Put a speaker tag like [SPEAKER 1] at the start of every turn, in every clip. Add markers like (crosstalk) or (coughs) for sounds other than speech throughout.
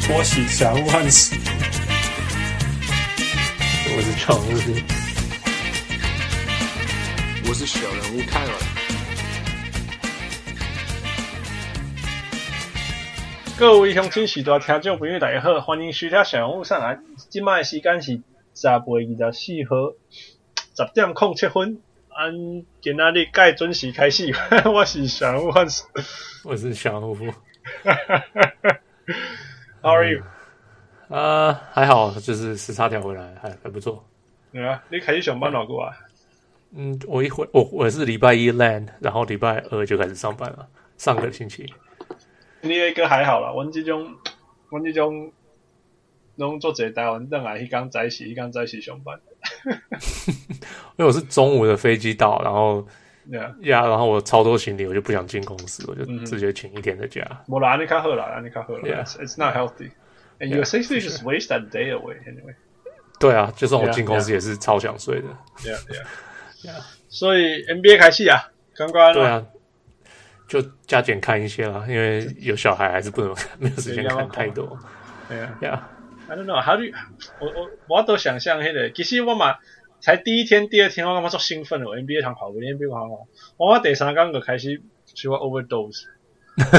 [SPEAKER 1] swashy sound once.
[SPEAKER 2] It was a troll, wasn't it?
[SPEAKER 3] 我是小人物泰尔，
[SPEAKER 4] 各位乡亲、许多听众朋友，大家好，欢迎收听《小人物上来》。即卖时间是十月二十四号十点零七分。按今仔日该准时开始，我是小人物汉斯。
[SPEAKER 2] 我是小人物。
[SPEAKER 4] How are you？、
[SPEAKER 2] (laughs) 呃，还好，就是时差调回来，还还不错。
[SPEAKER 4] 嗯啊，你开始上班了过啊？
[SPEAKER 2] 嗯，我一回我我是礼拜一 land，然后礼拜二就开始上班了。上个星期，
[SPEAKER 4] 你那个还好啦，阮即种，阮即种，拢做者台湾等来，迄工早起，迄工早起上班。
[SPEAKER 2] 因为我是中午的飞机到，然后
[SPEAKER 4] 对啊，
[SPEAKER 2] 呀，然后我超多行李，我就不想进公司，我就直接请一天的假。
[SPEAKER 4] 无啦，安尼较好啦，安尼较好啦。
[SPEAKER 2] Yeah.
[SPEAKER 4] It's- It's not healthy, and you
[SPEAKER 2] Yeah,
[SPEAKER 4] essentially just waste that day away anyway.
[SPEAKER 2] 对啊，就算我
[SPEAKER 4] Yeah,
[SPEAKER 2] 进公司也是超想睡的。
[SPEAKER 4] 对啊，对啊
[SPEAKER 2] (laughs) Yeah.，
[SPEAKER 4] 所以 NBA 开始啊，刚刚
[SPEAKER 2] 对，啊，就加减看一些啦，因为有小孩还是不能 (laughs) 没有时间看太多。
[SPEAKER 4] 对啊
[SPEAKER 2] 呀、
[SPEAKER 4] ，I don't know how do you- 我我我都想象迄个，其实我嘛才第一天、第二天，我感觉足兴奋的，我 NBA 场跑步，NBA 跑跑，我我第三天就开始想要
[SPEAKER 2] (laughs)
[SPEAKER 4] overdose。you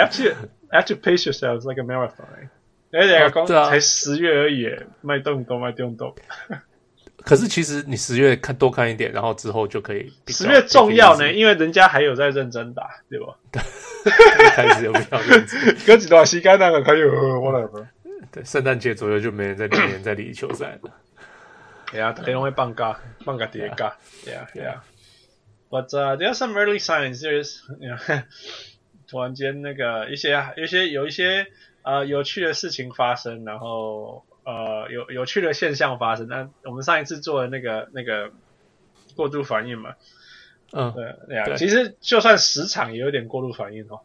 [SPEAKER 4] have to you have to pace yourselves like a marathon. eh? 而且
[SPEAKER 2] 哦对啊
[SPEAKER 4] 讲才十月而已耶，卖动动卖动动，
[SPEAKER 2] 可是其实你十月看多看一点，然后之后就可以比较。
[SPEAKER 4] 十月重要呢，
[SPEAKER 2] 比较
[SPEAKER 4] 因为人家还有在认真打，对吧？
[SPEAKER 2] (laughs) 一开始有比较认真。
[SPEAKER 4] 隔几段时间那个开始 whatever。
[SPEAKER 2] 对，圣诞节左右就没人在没人在理球赛了。
[SPEAKER 4] 对啊，大家拢会放假，放假叠假，对啊，对啊。But、uh, there are some early signs. There's (laughs) 突然间那个一些啊有一些有一些呃有趣的事情发生，然后呃有有趣的现象发生。那我们上一次做的那个那个过度反应嘛，
[SPEAKER 2] 嗯，
[SPEAKER 4] 对对啊，
[SPEAKER 2] 对
[SPEAKER 4] 其实就算十场也有点过度反应哦。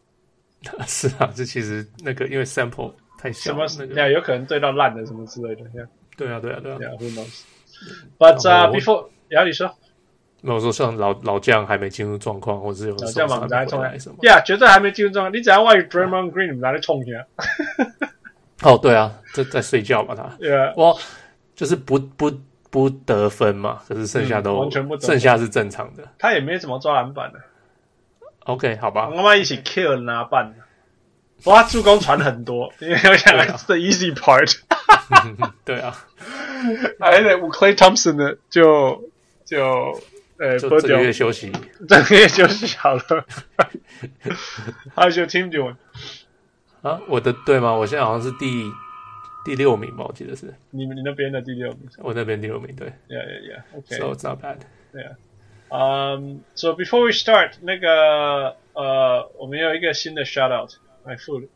[SPEAKER 2] 是啊，这其实那个因为 sample 太小
[SPEAKER 4] 什
[SPEAKER 2] 了
[SPEAKER 4] 么，
[SPEAKER 2] 那
[SPEAKER 4] 对啊，
[SPEAKER 2] 个
[SPEAKER 4] 有可能对到烂的什么之类的。Yeah,
[SPEAKER 2] 对啊对啊对啊。
[SPEAKER 4] yeah, who knows? But、
[SPEAKER 2] 然
[SPEAKER 4] uh,
[SPEAKER 2] 后
[SPEAKER 4] before，然后你说。
[SPEAKER 2] 那我说像老老将还没进入状况，或者有
[SPEAKER 4] 这样嘛，我们
[SPEAKER 2] 受伤
[SPEAKER 4] 再
[SPEAKER 2] 回
[SPEAKER 4] 冲来
[SPEAKER 2] 来什么。
[SPEAKER 4] ，Yeah，绝对还没进入状态。你只要外语 Draymond Green，你们拿来冲一下。
[SPEAKER 2] 哦，对啊，这在睡觉嘛他。
[SPEAKER 4] Yeah，
[SPEAKER 2] 我就是不不不得分嘛，可是剩下都、
[SPEAKER 4] 嗯完全不得分
[SPEAKER 2] 剩下是正常的。
[SPEAKER 4] 他也没怎么抓篮板的，
[SPEAKER 2] OK，好吧
[SPEAKER 4] 我，们一起 kill 拿板。不过他助攻传很多，因为我想
[SPEAKER 2] 对啊
[SPEAKER 4] it's the easy part。
[SPEAKER 2] 对啊，
[SPEAKER 4] (laughs) 哎，那 Clay Thompson 呢，就就呃，
[SPEAKER 2] 就
[SPEAKER 4] 不
[SPEAKER 2] 这个
[SPEAKER 4] 掉
[SPEAKER 2] 月，休息。
[SPEAKER 4] 这个月就是好 (laughs) 了。How's your team doing？
[SPEAKER 2] 啊，我的对吗？我现在好像是第第六名吧，我记得是
[SPEAKER 4] 你们你那边的第六名
[SPEAKER 2] 我那边第六名，对、
[SPEAKER 4] ？Yeah, yeah, yeah. OK.
[SPEAKER 2] s o it's not bad。
[SPEAKER 4] Um, so before we start，那个呃，我们有一个新的 shout out，my food。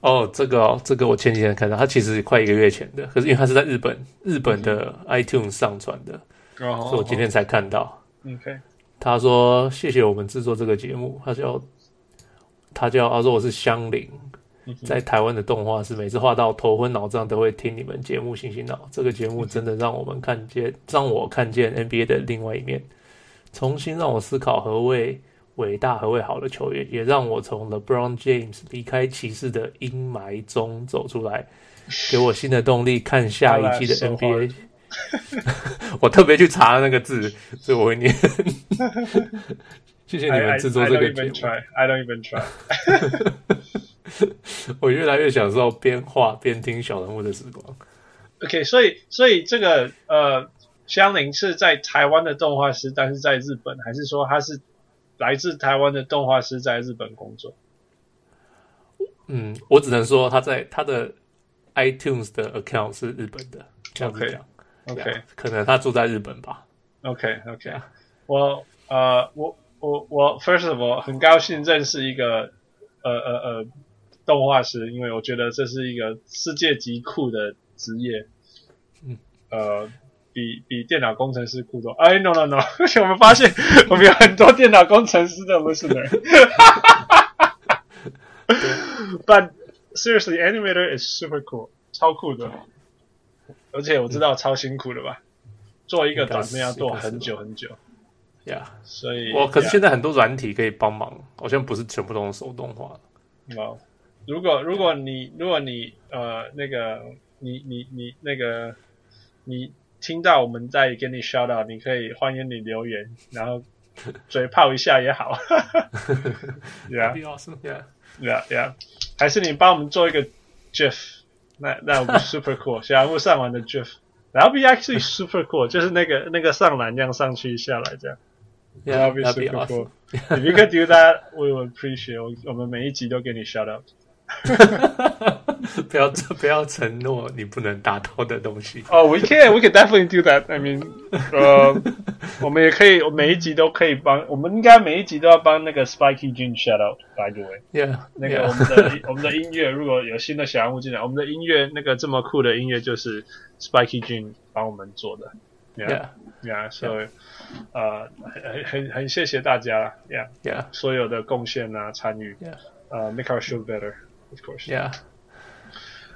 [SPEAKER 2] 哦，这个哦，这个我前几天看到，它其实快一个月前的，可是因为它是在日本日本的 iTunes 上传的，
[SPEAKER 4] 然后
[SPEAKER 2] 所以我今天才看到。
[SPEAKER 4] OK，
[SPEAKER 2] 他说谢谢我们制作这个节目，他叫他叫他说我是香菱，
[SPEAKER 4] 嗯
[SPEAKER 2] 在台湾的动画是每次画到头昏脑胀都会听你们节目醒醒脑，这个节目真的让我们看见让我看见 NBA 的另外一面，重新让我思考何谓伟大何谓好的球员，也让我从 LeBron James 离开骑士的阴霾中走出
[SPEAKER 4] (laughs)
[SPEAKER 2] 来，给我新的动力看下一季的
[SPEAKER 4] Alright, so
[SPEAKER 2] NBA。我特别去查那个字，所以我会念。 (laughs) 谢谢你
[SPEAKER 4] I-
[SPEAKER 2] 们
[SPEAKER 4] I-
[SPEAKER 2] 制作这
[SPEAKER 4] I
[SPEAKER 2] 个
[SPEAKER 4] don't
[SPEAKER 2] 节
[SPEAKER 4] even
[SPEAKER 2] 目，
[SPEAKER 4] try. I don't even try.
[SPEAKER 2] 我越来越享受边画边听小人物的时光。
[SPEAKER 4] OK，所以所以这个呃，香菱是在台湾的动画师，但是在日本，还是说他是来自台湾的动画师在日本工作？
[SPEAKER 2] 嗯，我只能说他在他的 iTunes 的 account 是日本的，这样子
[SPEAKER 4] OK，
[SPEAKER 2] 讲。
[SPEAKER 4] OK
[SPEAKER 2] 对啊可能他住在日本吧。
[SPEAKER 4] OK OK，
[SPEAKER 2] Yeah.
[SPEAKER 4] 我呃我我我 first of all 很高兴认识一个呃呃呃动画师，因为我觉得这是一个世界级酷的职业，
[SPEAKER 2] 嗯
[SPEAKER 4] 呃。比比电脑工程师酷多，哎，no no no，我 (laughs) 们发现我们有很多电脑工程师的 listener。But seriously, animator is super cool，超酷的，而且我知道超辛苦的吧？做一个短片要做很久很久，
[SPEAKER 2] 呀、
[SPEAKER 4] 所以
[SPEAKER 2] yeah.，我可是现在很多软体可以帮忙，好像不是全部都是手动画。
[SPEAKER 4] 在，哦如果如果你如果你呃那个你你你那个你听到我们在给你 shout out，你可以欢迎你留言，然后嘴炮一下也好。yeah 啊
[SPEAKER 2] Be awesome. Yeah.
[SPEAKER 4] yeah yeah，还啊是你帮我们做一个 GIF，那那我们 super cool 小人物上完的 GIF，然后 be actually super cool，就是那个那个上篮这样上去下来这样。
[SPEAKER 2] Yeah.
[SPEAKER 4] That'd be
[SPEAKER 2] That'd be
[SPEAKER 4] super cool.
[SPEAKER 2] awesome.
[SPEAKER 4] If you could do that, we would appreciate. 我我们每一集都给你 shout out。
[SPEAKER 2] (laughs) 不要不要承诺你不能达到的东西。
[SPEAKER 4] 哦、w e can, we can definitely do that. I mean，呃、 (laughs) 我们也可以，我每一集都可以帮，我们应该每一集都要帮那个 Spiky Jun shout out。By the way，
[SPEAKER 2] Yeah.
[SPEAKER 4] 那个我
[SPEAKER 2] Yeah. (laughs)
[SPEAKER 4] 们的我们的音乐，如果有新的小人物进来，我们的音乐那个这么酷的音乐就是 Spiky Jun 帮我们做的。
[SPEAKER 2] Yeah.
[SPEAKER 4] Yeah, so，呃、很很很谢谢大家啦，Yeah，
[SPEAKER 2] Yeah.
[SPEAKER 4] 所有的贡献啊，参与
[SPEAKER 2] Yeah.
[SPEAKER 4] 呃、m a k e our show better, of course.
[SPEAKER 2] Yeah.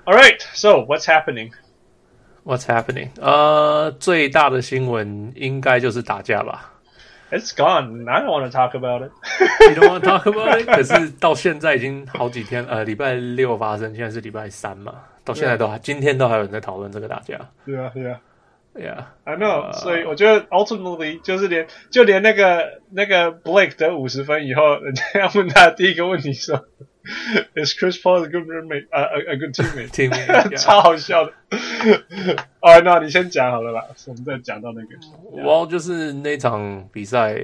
[SPEAKER 4] All right, so what's happening?
[SPEAKER 2] What's happening？呃，最大的新闻应该就是打架吧。
[SPEAKER 4] It's gone. I don't want to talk about it.
[SPEAKER 2] You don't want to talk about it？可是到现在已经好几天，呃，礼拜六发生，现在是礼拜三嘛，到现在都还，今天都还有人在讨论这个打架。
[SPEAKER 4] (laughs) Yeah, yeah.
[SPEAKER 2] Yeah，
[SPEAKER 4] I
[SPEAKER 2] Uh.
[SPEAKER 4] know，、所以我觉得 ultimately 就是连就连那个那个 Blake 得五十分以后， (laughs) 人家要问他第一个问题说，Is Chris Paul a good roommate？呃、a a good teammate？
[SPEAKER 2] 听 (laughs) yeah
[SPEAKER 4] (laughs) 超好笑的。 (laughs) 哦，那你先讲好了啦，我们再讲到那个。
[SPEAKER 2] 我就是那场比赛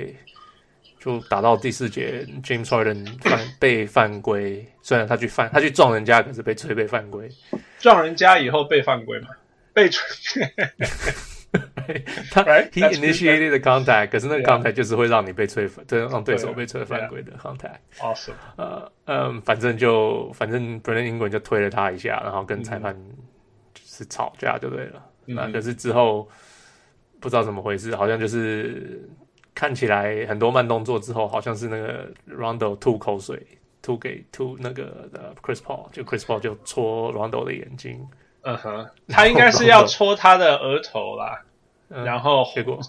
[SPEAKER 2] 就打到第四节，James Harden 犯被犯规，虽然他去犯他去撞人家，可是被吹被犯规。
[SPEAKER 4] 撞人家以后被犯规嘛？被吹
[SPEAKER 2] 他
[SPEAKER 4] Right?
[SPEAKER 2] he
[SPEAKER 4] That's-
[SPEAKER 2] initiated the contact，可是那个
[SPEAKER 4] Yeah.
[SPEAKER 2] contact 就是会让你被吹，对，让对手
[SPEAKER 4] 对啊
[SPEAKER 2] 被吹犯
[SPEAKER 4] Yeah.
[SPEAKER 2] 规的 contact。
[SPEAKER 4] (laughs) awesome。
[SPEAKER 2] 呃嗯，反正就反正 Brandon Ingram 就推了他一下，然后跟裁判就是吵架就对了。
[SPEAKER 4] 嗯
[SPEAKER 2] 那可是之后不知道怎么回事，好像就是看起来很多慢动作之后，好像是那个 Rondo 吐口水，吐给吐那个呃 Chris Paul，就 Chris Paul 就戳 Rondo 的眼睛， (laughs)
[SPEAKER 4] 嗯哼，他应该是要戳他的额头啦，
[SPEAKER 2] 嗯
[SPEAKER 4] 然后
[SPEAKER 2] 结果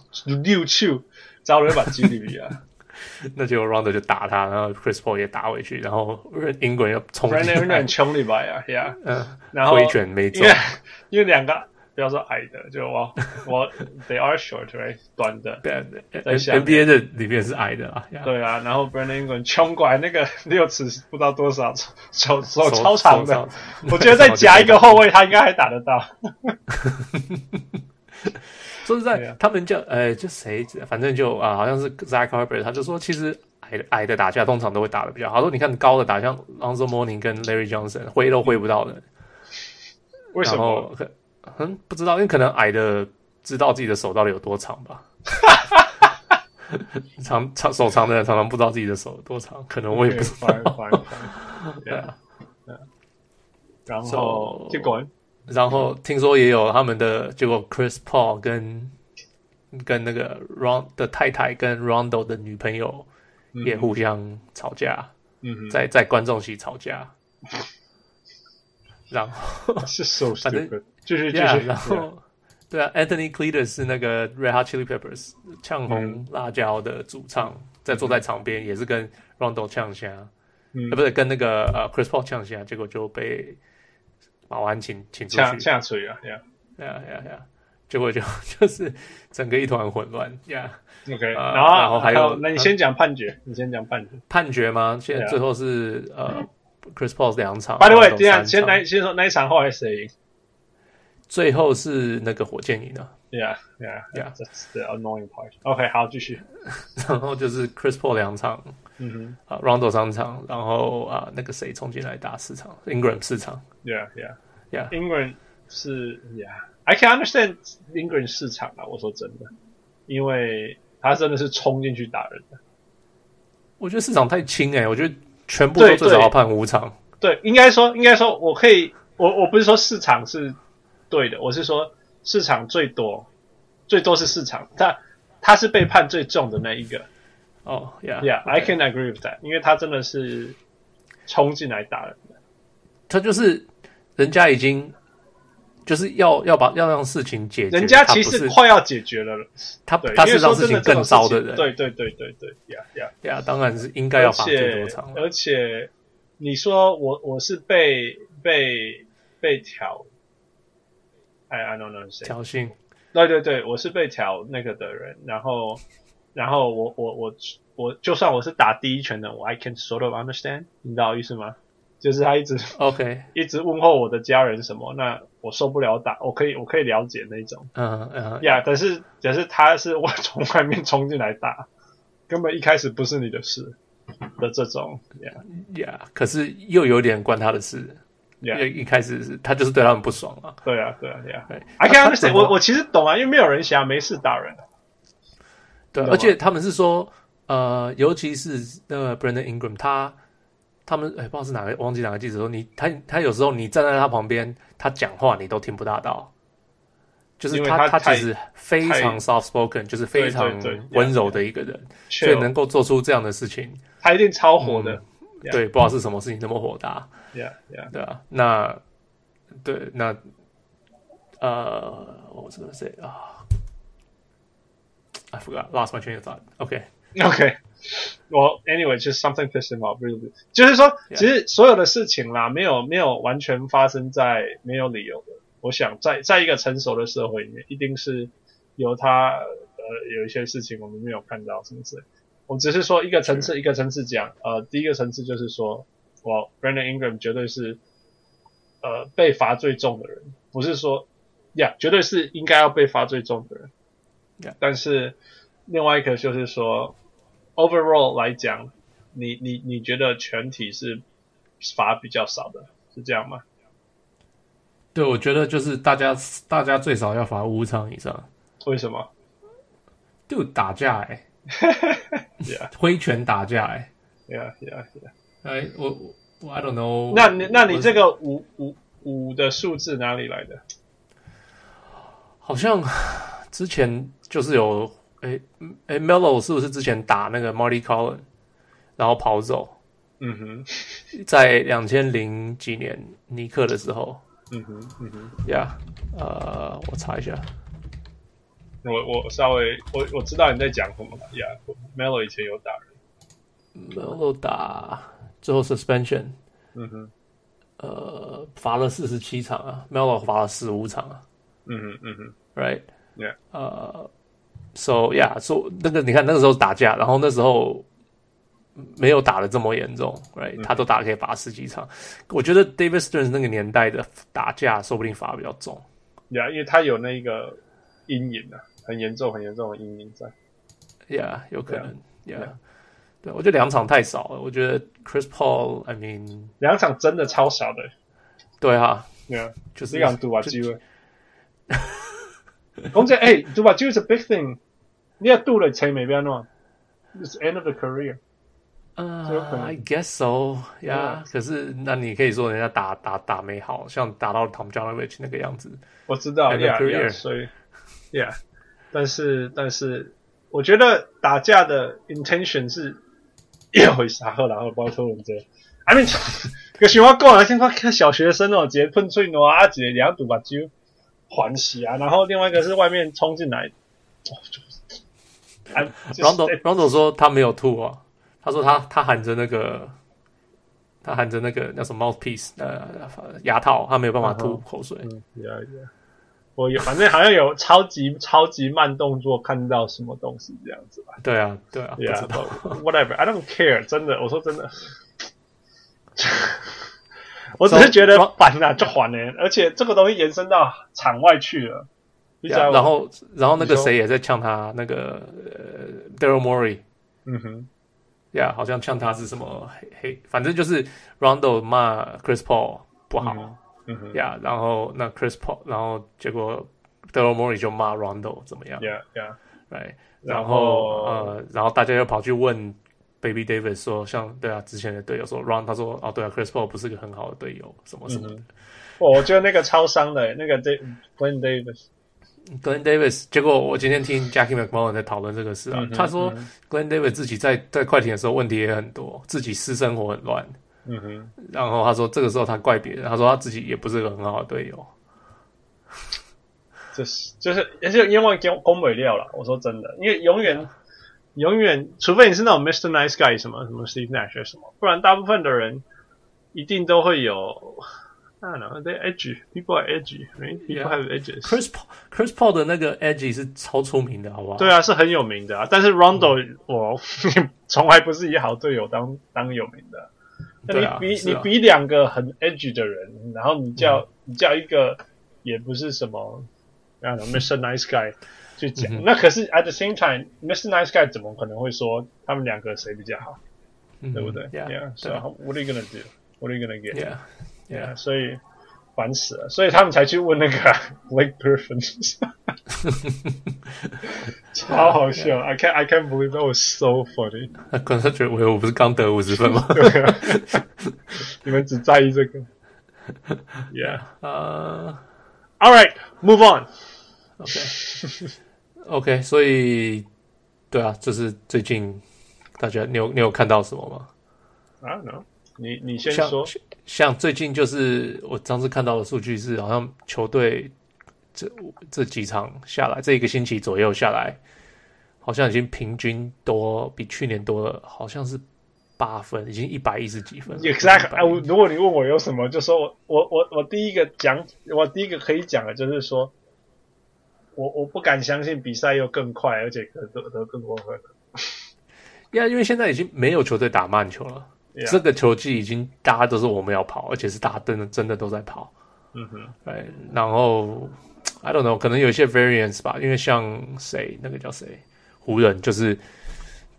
[SPEAKER 4] 六球，找人把击毙啊。
[SPEAKER 2] (laughs) 那结果 Rondo 就打他，然后 Chris Paul 也打回去，然后 Ingram 又冲
[SPEAKER 4] b r a n
[SPEAKER 2] 进
[SPEAKER 4] d
[SPEAKER 2] 来
[SPEAKER 4] 很，穷里吧呀，Yeah，
[SPEAKER 2] 嗯，
[SPEAKER 4] 然后
[SPEAKER 2] 挥拳没
[SPEAKER 4] 因
[SPEAKER 2] 中
[SPEAKER 4] 为，
[SPEAKER 2] (laughs)
[SPEAKER 4] 因为两个不要说矮的，就我 (laughs) 我 they are short right 短的，
[SPEAKER 2] 对啊
[SPEAKER 4] 在下面
[SPEAKER 2] NBA 的里面是矮的啦，呀
[SPEAKER 4] 对啊，然后 Brandon Ingram 穷拐那个 (laughs) 六尺不知道多少，手手
[SPEAKER 2] 手
[SPEAKER 4] 哦超长
[SPEAKER 2] 手
[SPEAKER 4] 的 (laughs)
[SPEAKER 2] 超，
[SPEAKER 4] 我觉得再夹一个后卫，他应该还打得
[SPEAKER 2] (laughs)
[SPEAKER 4] 到。
[SPEAKER 2] 说
[SPEAKER 4] 对
[SPEAKER 2] 实在
[SPEAKER 4] 啊，
[SPEAKER 2] 他们叫呃，就谁，反正就啊、好像是 Zach Harper，他就说，其实矮的矮的打架通常都会打的比较好。他说你看高的打，像 Lonzo Morning 跟 Larry Johnson 挥都挥不到的，
[SPEAKER 4] 嗯为什
[SPEAKER 2] 然
[SPEAKER 4] 么？
[SPEAKER 2] 后可嗯不知道，因为可能矮的知道自己的手到底有多长
[SPEAKER 4] (laughs)
[SPEAKER 2] 吧。长长手长的人常常不知道自己的手有多长，可能我也不知道。
[SPEAKER 4] 烦烦烦，对
[SPEAKER 2] 对
[SPEAKER 4] 啊
[SPEAKER 2] (laughs) 啊，
[SPEAKER 4] 然后
[SPEAKER 2] So-
[SPEAKER 4] 结果
[SPEAKER 2] 然后听说也有他们的，结果 Chris Paul 跟跟那个 Ron 的太太跟 Rondo 的女朋友也互相吵架，
[SPEAKER 4] 嗯哼
[SPEAKER 2] 在在观众席吵架，然后
[SPEAKER 4] (laughs) 是 so
[SPEAKER 2] 反正
[SPEAKER 4] stupid，就是就
[SPEAKER 2] yeah，
[SPEAKER 4] 是，
[SPEAKER 2] 然后对啊，Anthony Cletus 是那个 Red Hot Chili Peppers 呛
[SPEAKER 4] 嗯
[SPEAKER 2] 红辣椒的主唱，在坐在场边也是跟 Rondo 呛虾，
[SPEAKER 4] 嗯
[SPEAKER 2] 呃不是跟那个呃 Chris Paul 呛虾，结果就被保安请请出
[SPEAKER 4] 下
[SPEAKER 2] 去。
[SPEAKER 4] 下垂啊，Yeah，OK，
[SPEAKER 2] 呀呀呀！结果就 (laughs) 就是整个一团混乱呀。啊
[SPEAKER 4] 然后
[SPEAKER 2] 然后还有呃哦
[SPEAKER 4] 那你先讲判决，你先讲判决。
[SPEAKER 2] 判决吗？现在
[SPEAKER 4] Yeah.
[SPEAKER 2] 最后是、呃，Chris Paul 两场
[SPEAKER 4] 啊 By the way，啊
[SPEAKER 2] 然后
[SPEAKER 4] 这样
[SPEAKER 2] 三
[SPEAKER 4] 先
[SPEAKER 2] 场
[SPEAKER 4] 来先说那一场后来谁赢
[SPEAKER 2] 最后是那个火箭赢了，
[SPEAKER 4] ？Yeah, yeah,
[SPEAKER 2] Yeah.
[SPEAKER 4] That's the annoying part. OK，好，继续。
[SPEAKER 2] 然后就是 Chris Paul 两场，
[SPEAKER 4] 嗯
[SPEAKER 2] 啊、r o n d o 三场，然后啊、那个谁冲进来打四场，Ingram 四场
[SPEAKER 4] 哼，Yeah, yeah,
[SPEAKER 2] Yeah.
[SPEAKER 4] 英国人是 Yeah, I can understand 英国人市场啊。我说真的，因为他真的是冲进去打人的。
[SPEAKER 2] 我觉得市场太轻哎、我觉得全部都
[SPEAKER 4] 对
[SPEAKER 2] 最少
[SPEAKER 4] 对
[SPEAKER 2] 要判五场。
[SPEAKER 4] 对，应该说，应该说，我可以，我我不是说市场是对的，我是说市场最多，最多是市场，但他是被判最重的那一个。
[SPEAKER 2] 哦、y e a h
[SPEAKER 4] Yeah, I can agree with that，因为他真的是冲进来打人。
[SPEAKER 2] 他就是人家已经就是要要把要让事情解决，
[SPEAKER 4] 人家
[SPEAKER 2] 他
[SPEAKER 4] 其
[SPEAKER 2] 不
[SPEAKER 4] 实
[SPEAKER 2] 是
[SPEAKER 4] 快要解决了了，
[SPEAKER 2] 他
[SPEAKER 4] 对，
[SPEAKER 2] 他
[SPEAKER 4] 因为
[SPEAKER 2] 是
[SPEAKER 4] 说
[SPEAKER 2] 让
[SPEAKER 4] 真
[SPEAKER 2] 事
[SPEAKER 4] 的
[SPEAKER 2] 情
[SPEAKER 4] 这种
[SPEAKER 2] 更
[SPEAKER 4] 事情
[SPEAKER 2] 糟的人，
[SPEAKER 4] 对对对对对，呀呀，
[SPEAKER 2] 对啊，当然是应该
[SPEAKER 4] 而
[SPEAKER 2] 要罚最
[SPEAKER 4] 且
[SPEAKER 2] 多场了。
[SPEAKER 4] 而且你说我我是被被被挑，I I don't know 谁，
[SPEAKER 2] 挑衅，
[SPEAKER 4] 对对对，我是被挑那个的人，然后然后我我我我就算我是打第一拳的，我 I can sort of understand，你知道意思吗？就是他一直 (laughs)
[SPEAKER 2] OK，
[SPEAKER 4] 一直问候我的家人什么，那我受不了打，我可以我可以了解那种
[SPEAKER 2] 嗯嗯
[SPEAKER 4] 呀可是可是他是我从外面冲进来打，根本一开始不是你的事的这种呀
[SPEAKER 2] 呀，可是又有点关他的事，
[SPEAKER 4] 呀
[SPEAKER 2] 因为一开始是他就是对他们不爽啊。
[SPEAKER 4] 对啊，对啊，对啊。
[SPEAKER 2] 对
[SPEAKER 4] I
[SPEAKER 2] 他
[SPEAKER 4] can
[SPEAKER 2] 他怎
[SPEAKER 4] understand，
[SPEAKER 2] 么
[SPEAKER 4] 我我其实懂啊，因为没有人想没事打人啊。
[SPEAKER 2] 对，
[SPEAKER 4] 懂吗
[SPEAKER 2] 而且他们是说，呃，尤其是那个 Brandon Ingram，他他们哎，不知道是哪个，忘记哪个记者说你他他有时候你站在他旁边，他讲话你都听不大到，就是
[SPEAKER 4] 因为
[SPEAKER 2] 他
[SPEAKER 4] 他
[SPEAKER 2] 其
[SPEAKER 4] 太
[SPEAKER 2] 实非常 soft spoken，就是非常
[SPEAKER 4] 对对对
[SPEAKER 2] 温柔的一个人，所以
[SPEAKER 4] 确，
[SPEAKER 2] 能够嗯做出这样的事情，
[SPEAKER 4] 他一定超火的。Yeah
[SPEAKER 2] 对，不知道是什么事情那么火大，
[SPEAKER 4] Yeah, yeah.
[SPEAKER 2] 对啊，那对那呃，我这个谁啊？I forgot, lost my train of thought. OK，
[SPEAKER 4] (laughs) OK. Well, anyway, just something pissed him off really. 就是说，
[SPEAKER 2] Yeah
[SPEAKER 4] 其实所有的事情啦，没有没有完全发生在没有理由的。我想在在一个成熟的社会里面，一定是由他呃有一些事情我们没有看到什么之类。我只是说一个层次一个层次讲，呃，第一个层次就是说，我 Brandon Ingram 绝对是呃被罚最重的人，不是说呀绝对是应该要被罚最重的人。
[SPEAKER 2] Yeah
[SPEAKER 4] 但是另外一个就是说，overall 来讲，你你你觉得全体是罚比较少的，是这样吗？
[SPEAKER 2] 对，我觉得就是大家大家最少要罚五场以上，
[SPEAKER 4] 为什么？
[SPEAKER 2] 就打架 (laughs) 哎、欸
[SPEAKER 4] Yeah
[SPEAKER 2] 挥拳打架哎、
[SPEAKER 4] Yeah, yeah, yeah.
[SPEAKER 2] 欸，哎，我我我 I don't know
[SPEAKER 4] 那你那你这
[SPEAKER 2] 个
[SPEAKER 4] 个五五五的数字哪里来的？
[SPEAKER 2] (sighs) 好像之前就是有哎哎 Melo 是不是之前打那个 Marty Collin，然后跑走，
[SPEAKER 4] 嗯哼，
[SPEAKER 2] 在两千零几年尼克的时候
[SPEAKER 4] 嗯哼，嗯哼。
[SPEAKER 2] 呀呃，我查一下，
[SPEAKER 4] 我我稍微我我知道你在讲什么了呀。Melo 以前有打人，
[SPEAKER 2] Melo 打最后 suspension
[SPEAKER 4] 嗯哼，
[SPEAKER 2] 呃罚了四十七场啊，Melo 罚了十五场啊。
[SPEAKER 4] 嗯哼，嗯哼，
[SPEAKER 2] right?
[SPEAKER 4] Yeah.
[SPEAKER 2] Uh, so yeah, so 那个你看那个时候打架，然后那时候没有打的这么严重，right？、他
[SPEAKER 4] 嗯
[SPEAKER 2] 都打可以罚十几场。我觉得 David Stern 那个年代的打架，说不定罚得比较重。
[SPEAKER 4] 呀，因为他有那个阴影啊，很严重，很严重的阴影在。
[SPEAKER 2] Yeah，有可能。Yeah，,
[SPEAKER 4] Yeah.
[SPEAKER 2] 对，我觉得两场太少了。我觉得 Chris Paul，I mean，
[SPEAKER 4] 两场真的超少的，
[SPEAKER 2] 对啊，
[SPEAKER 4] 对啊，
[SPEAKER 2] 就是
[SPEAKER 4] 这场赌把
[SPEAKER 2] 就
[SPEAKER 4] 机
[SPEAKER 2] (laughs)
[SPEAKER 4] 会。讲真，哎，赌把机会 is a big thing。你要赌了钱没变弄，it's end of the career。有可
[SPEAKER 2] 呃、
[SPEAKER 4] 能
[SPEAKER 2] i guess so，呀、可是那你可以说人家打打打没好，像打到 Tom Janovich 那个样子，
[SPEAKER 4] 我知道
[SPEAKER 2] End
[SPEAKER 4] ，yeah
[SPEAKER 2] of career
[SPEAKER 4] yeah，所以，yeah，但是但是，我觉得打架的 intention 是 (coughs) 一回事，然后然后包括我们这，I mean，个喜欢过来先看看小学生哦，直接喷出去啊，直接两堵把酒还息啊，然后另外一个是外面冲进来，哦就哎 I'm just-
[SPEAKER 2] Rondo Rondo 说他没有吐啊，他说他他含着那个，他含着那个那什么 mouthpiece 呃牙套，他没有办法
[SPEAKER 4] 嗯
[SPEAKER 2] 吐
[SPEAKER 4] 哼
[SPEAKER 2] 口水。
[SPEAKER 4] 呀呀，我有，反正好像有超级超级慢动作看到什么东西这样子
[SPEAKER 2] (laughs)
[SPEAKER 4] 吧。
[SPEAKER 2] 对啊，对啊，不
[SPEAKER 4] Yeah,
[SPEAKER 2] 知道。
[SPEAKER 4] but whatever. I don't care. 真的，我说真的， (laughs) 我只
[SPEAKER 2] So,
[SPEAKER 4] 是觉得
[SPEAKER 2] Ron-
[SPEAKER 4] 烦啊呐，就还呢。而且这个东西延伸到场外去了，你知道
[SPEAKER 2] Yeah，
[SPEAKER 4] 吗
[SPEAKER 2] 然，后然后那个
[SPEAKER 4] 你说
[SPEAKER 2] 谁也在呛他，那个呃 Daryl Morey，
[SPEAKER 4] 嗯哼，
[SPEAKER 2] 呀、yeah,，好像呛他是什么黑黑，反正就是 Rondo 骂 Chris Paul 不好，
[SPEAKER 4] 嗯嗯哼
[SPEAKER 2] 呀、然后那 Chris Paul，然后结果 Daryl Morey 就骂 Rondo 怎么样？
[SPEAKER 4] ，Yeah, Yeah.
[SPEAKER 2] 对，
[SPEAKER 4] 然
[SPEAKER 2] 然
[SPEAKER 4] 后
[SPEAKER 2] 后呃，然后大家又跑去问 Baby Davis 说，像对啊，之前的队友说 Ron，他说哦，对啊，Chris Paul 不是个很好的队友，什么什么的。
[SPEAKER 4] 嗯哇我觉得那个超伤的，那个 d a Glenn Davis，
[SPEAKER 2] Glenn Davis，结果我今天听 Jackie McMullen 在讨论这个事啊，
[SPEAKER 4] 嗯
[SPEAKER 2] 他说 Glenn Davis 自己在在快艇的时候问题也很多，自己私生活很乱，
[SPEAKER 4] 嗯哼，
[SPEAKER 2] 然后他说这个时候他怪别人，他说他自己也不是个很好的队友。
[SPEAKER 4] 就是就是，而且因为攻攻美料了，我说真的，因为永远。永远，除非你是那种 Mr. Nice Guy 什么什么 Steve Nash 什么，不然大部分的人一定都会有。I don't know, they edgy. People are edgy. Right? People
[SPEAKER 2] Yeah.
[SPEAKER 4] have edges.
[SPEAKER 2] Chris Paul Chris Paul 的那个 Edgy 是超出名的，好不好？
[SPEAKER 4] 对啊，是很有名的啊。但是
[SPEAKER 2] 嗯
[SPEAKER 4] Rondo 我从来不是以好队友当当有名的。那
[SPEAKER 2] 对
[SPEAKER 4] 你
[SPEAKER 2] 啊
[SPEAKER 4] 比、
[SPEAKER 2] 是
[SPEAKER 4] 你
[SPEAKER 2] 啊嗯
[SPEAKER 4] 比两个很 edge 的人，然后你叫、你叫一个也不是什么，啊，Mr. Nice Guy 去讲，
[SPEAKER 2] 嗯哼
[SPEAKER 4] 那可是 at the same time，Mr. Nice Guy 怎么可能会说他们两个谁比较好，
[SPEAKER 2] 嗯，
[SPEAKER 4] 对不对
[SPEAKER 2] Yeah，啊
[SPEAKER 4] ？Yeah，so how- what are you gonna do? What are you gonna get?
[SPEAKER 2] Yeah，
[SPEAKER 4] Yeah，所以烦死了，所以他们才去问那个啊 Blake Griffin，超好笑。I can I can't believe that was so funny 。 (laughs)
[SPEAKER 2] 他 (laughs) 可能他觉得我我不是刚得五十分 (laughs) 吗？
[SPEAKER 4] 你们只在意这个。Yeah.
[SPEAKER 2] 啊
[SPEAKER 4] All right, move on.
[SPEAKER 2] ，OK OK，所以对啊，就是最近大家你有你有看到什么吗？
[SPEAKER 4] I don't know. 你你先
[SPEAKER 2] 像
[SPEAKER 4] 说。
[SPEAKER 2] 像最近就是我上次看到的数据是，好像球队这这几场下来，这一个星期左右下来，好像已经平均多比去年多了，好像是八分，已经一百一十几分了。
[SPEAKER 4] Exactly. 啊，我
[SPEAKER 2] 110
[SPEAKER 4] 如果你问我有什么，就说我我我我第一个讲，我第一个可以讲的就是说，我我不敢相信比赛又更快，而且得得得更过分。
[SPEAKER 2] 呀，因为现在已经没有球队打慢球了
[SPEAKER 4] Yeah
[SPEAKER 2] 这个球季已经大家都是我们要跑，而且是大家真的真的都在跑。
[SPEAKER 4] 嗯哼，
[SPEAKER 2] 对，然后 I don't know，可能有一些 variance 吧，因为像谁那个叫谁湖人，就是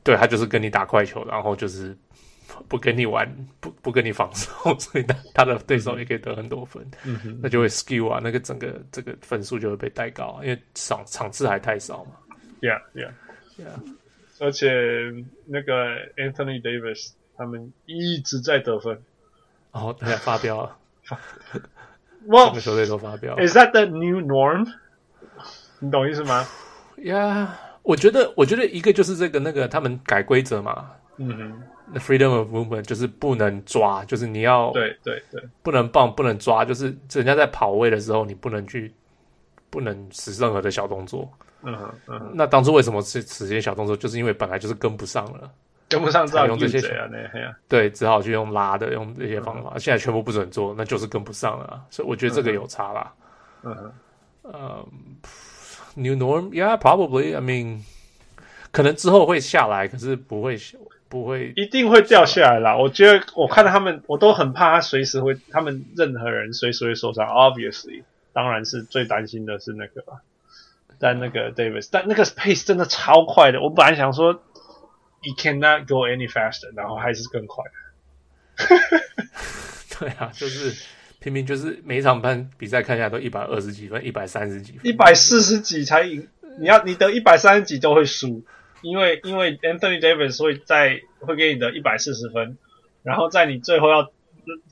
[SPEAKER 2] 对他就是跟你打快球，然后就是不跟你玩，不不跟你防守， (laughs) 所以他他的对手也可以得很多分，
[SPEAKER 4] 嗯哼。
[SPEAKER 2] 那就会 skew 啊，那个整个这个分数就会被带高、啊，因为场场次还太少嘛。
[SPEAKER 4] Yeah, yeah,
[SPEAKER 2] Yeah.
[SPEAKER 4] 而且那个 Anthony Davis 他们一直在得分。
[SPEAKER 2] 然后大家哦啊发飙了，
[SPEAKER 4] 哇、
[SPEAKER 2] 整个球队都发飙了。啊
[SPEAKER 4] is that the new norm？你懂意思吗？
[SPEAKER 2] 呀、我觉得，我觉得一个就是这个那个他们改规则嘛，
[SPEAKER 4] 嗯哼，
[SPEAKER 2] 那 freedom of movement 就是不能抓，就是你要
[SPEAKER 4] 对对对
[SPEAKER 2] 不能棒，不能抓，就是人家在跑位的时候，你不能去，不能使任何的小动作。
[SPEAKER 4] 嗯哼嗯哼，
[SPEAKER 2] 那当初为什么是使这些小动作，就是因为本来就是跟不上了，
[SPEAKER 4] 跟不上这样
[SPEAKER 2] 采用这些
[SPEAKER 4] 谁啊？那嘿呀、
[SPEAKER 2] 对，只好去用拉的，用
[SPEAKER 4] 嗯
[SPEAKER 2] 这些方法。现在全部不准做，那就是跟不上了啊。所以我觉得这个有差啦。嗯
[SPEAKER 4] 嗯哼，
[SPEAKER 2] New norm, yeah, probably. I mean，可能之后会下来，可是不会不会
[SPEAKER 4] 一定会掉下来啦。我觉得我看到他们，我都很怕他随时会，他们任何人随时会受伤。Obviously，当然是最担心的是那个吧，但那个 Davis，但那个 pace 真的超快的。我本来想说，You cannot go any faster，然后还是更快。
[SPEAKER 2] 对啊，就是平民就是每一场班比赛看下来都一百二十几分，一百三十几分，
[SPEAKER 4] 一百四十几才赢，你要你得一百三十几都会输，因为因为 Anthony Davis 会在会给你的一百四十分，然后在你最后要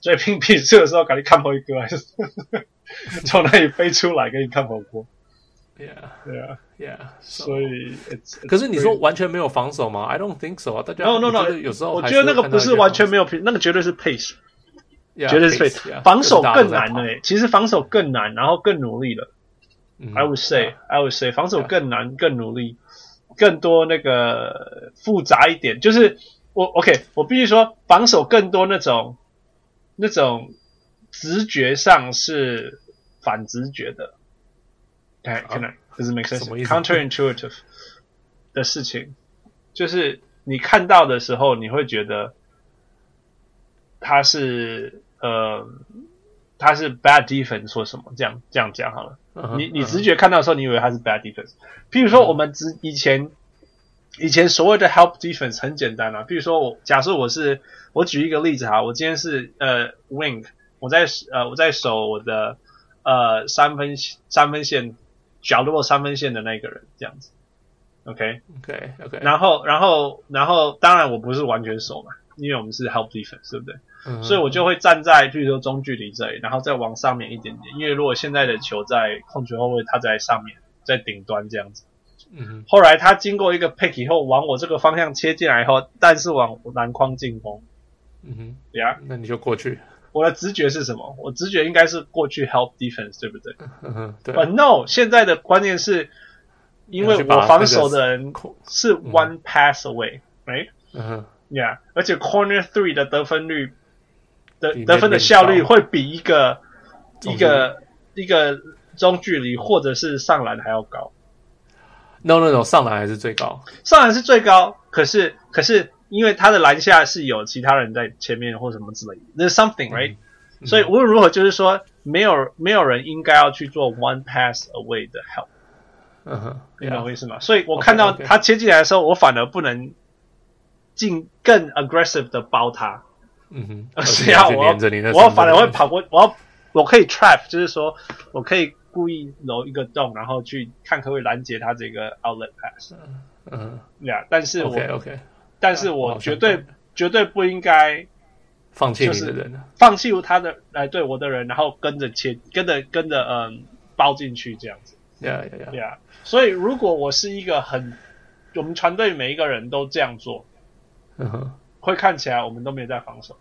[SPEAKER 4] 追平 (laughs) 比数的时候，赶紧看回哥还是从那里飞出来给你看火锅，
[SPEAKER 2] ，yeah
[SPEAKER 4] 对啊，
[SPEAKER 2] yeah。
[SPEAKER 4] 所以 it's, it's
[SPEAKER 2] 可是你说完全没有防守吗？I don't think so 啊，大家
[SPEAKER 4] no no
[SPEAKER 2] 我
[SPEAKER 4] no，
[SPEAKER 2] 觉得有时候
[SPEAKER 4] 我
[SPEAKER 2] 还
[SPEAKER 4] 觉得那个
[SPEAKER 2] 会看
[SPEAKER 4] 不
[SPEAKER 2] 到一些
[SPEAKER 4] 是完全
[SPEAKER 2] 防
[SPEAKER 4] 没有平，那个绝对是 pace，
[SPEAKER 2] 守，
[SPEAKER 4] 绝对是
[SPEAKER 2] yeah，
[SPEAKER 4] pace，防守更难
[SPEAKER 2] 呢。
[SPEAKER 4] 了耶，其实防守更难，然后更努力了。
[SPEAKER 2] 嗯
[SPEAKER 4] I would say,
[SPEAKER 2] yeah
[SPEAKER 4] I would say，防守更难、更努力、更多那个复杂一点。就是我 OK，我必须说，防守更多那种那种直觉上是反直觉的。哎，可能 doesn't make
[SPEAKER 2] 啊什么意思
[SPEAKER 4] sense，counterintuitive (laughs) 的事情，就是你看到的时候，你会觉得他是呃。他是 bad defense 或什么这样这样讲好了，
[SPEAKER 2] 嗯哼
[SPEAKER 4] 你你
[SPEAKER 2] 嗯哼
[SPEAKER 4] 直觉看到的时候，你以为它是 bad defense。譬如说，我们之以前以前所谓的 help defense 很简单啊。譬如说我假设我是我举一个例子哈，我今天是呃 wing，我在呃我在守我的呃三分三分线角落三分线的那个人这样子，OK。
[SPEAKER 2] 哎 OK OK，
[SPEAKER 4] 然后然后然后当然我不是完全守嘛，因为我们是 help defense，对不对？
[SPEAKER 2] 嗯
[SPEAKER 4] 所以我就会站在，譬如说中距离这里，然后再往上面一点点，因为如果现在的球在控球后卫，他在上面，在顶端这样子。
[SPEAKER 2] 嗯
[SPEAKER 4] 后来他经过一个 pick 以后，往我这个方向切进来以后，但是往篮筐进攻，
[SPEAKER 2] 嗯哼，
[SPEAKER 4] 呀、
[SPEAKER 2] 那你就过去，
[SPEAKER 4] 我的直觉是什么？我直觉应该是过去 help defense，对不对
[SPEAKER 2] 嗯哼，对，
[SPEAKER 4] ？But
[SPEAKER 2] (laughs)
[SPEAKER 4] no，现在的观念是，因为
[SPEAKER 2] 你要去把
[SPEAKER 4] 我防守的
[SPEAKER 2] 那
[SPEAKER 4] 人
[SPEAKER 2] 个控嗯
[SPEAKER 4] 是 one pass away，right？
[SPEAKER 2] 嗯哼
[SPEAKER 4] Yeah，而且 Corner Three 的得分率得
[SPEAKER 2] 比
[SPEAKER 4] 得分的
[SPEAKER 2] 面
[SPEAKER 4] 效率
[SPEAKER 2] 高
[SPEAKER 4] 会比一个
[SPEAKER 2] 中
[SPEAKER 4] 一个一个中距离或者是上篮还要高。
[SPEAKER 2] No No No，上篮还是最高。
[SPEAKER 4] 上篮是最高，可是可是因为他的篮下是有其他人在前面或什么之类的，there's something right、
[SPEAKER 2] 嗯
[SPEAKER 4] 所以无论如何，就是说没有没有人应该要去做 one pass away 的 help，
[SPEAKER 2] 嗯哼，
[SPEAKER 4] 你懂我
[SPEAKER 2] yeah，
[SPEAKER 4] 意思吗？所以我看到
[SPEAKER 2] OK，OK
[SPEAKER 4] 他切进来的时候，我反而不能进更 aggressive 的包他，
[SPEAKER 2] 嗯哼，
[SPEAKER 4] (laughs) 而
[SPEAKER 2] 且
[SPEAKER 4] 是要
[SPEAKER 2] 就
[SPEAKER 4] 我
[SPEAKER 2] 黏着你那
[SPEAKER 4] 要我要
[SPEAKER 2] 身
[SPEAKER 4] 反而
[SPEAKER 2] 上
[SPEAKER 4] 会跑过，我要我可以 trap，就是说我可以故意揉一个洞，然后去看可不可以拦截他这个 outlet pass。
[SPEAKER 2] 嗯
[SPEAKER 4] 呀，但是我
[SPEAKER 2] ，OK OK，
[SPEAKER 4] 但是
[SPEAKER 2] 我
[SPEAKER 4] 我
[SPEAKER 2] 好
[SPEAKER 4] 绝
[SPEAKER 2] 像
[SPEAKER 4] 对
[SPEAKER 2] 懂
[SPEAKER 4] 绝对不应该
[SPEAKER 2] 放弃
[SPEAKER 4] 就
[SPEAKER 2] 你的
[SPEAKER 4] 是
[SPEAKER 2] 人啊了。
[SPEAKER 4] 放弃他的来对我的人，然后跟着切，跟着跟着嗯包进去这样子，
[SPEAKER 2] 呀呀
[SPEAKER 4] 对
[SPEAKER 2] 呀，
[SPEAKER 4] 啊。所以如果我是一个很，我们团队每一个人都这样做，
[SPEAKER 2] 嗯哼， (laughs)
[SPEAKER 4] 会看起来我们都没有在防守，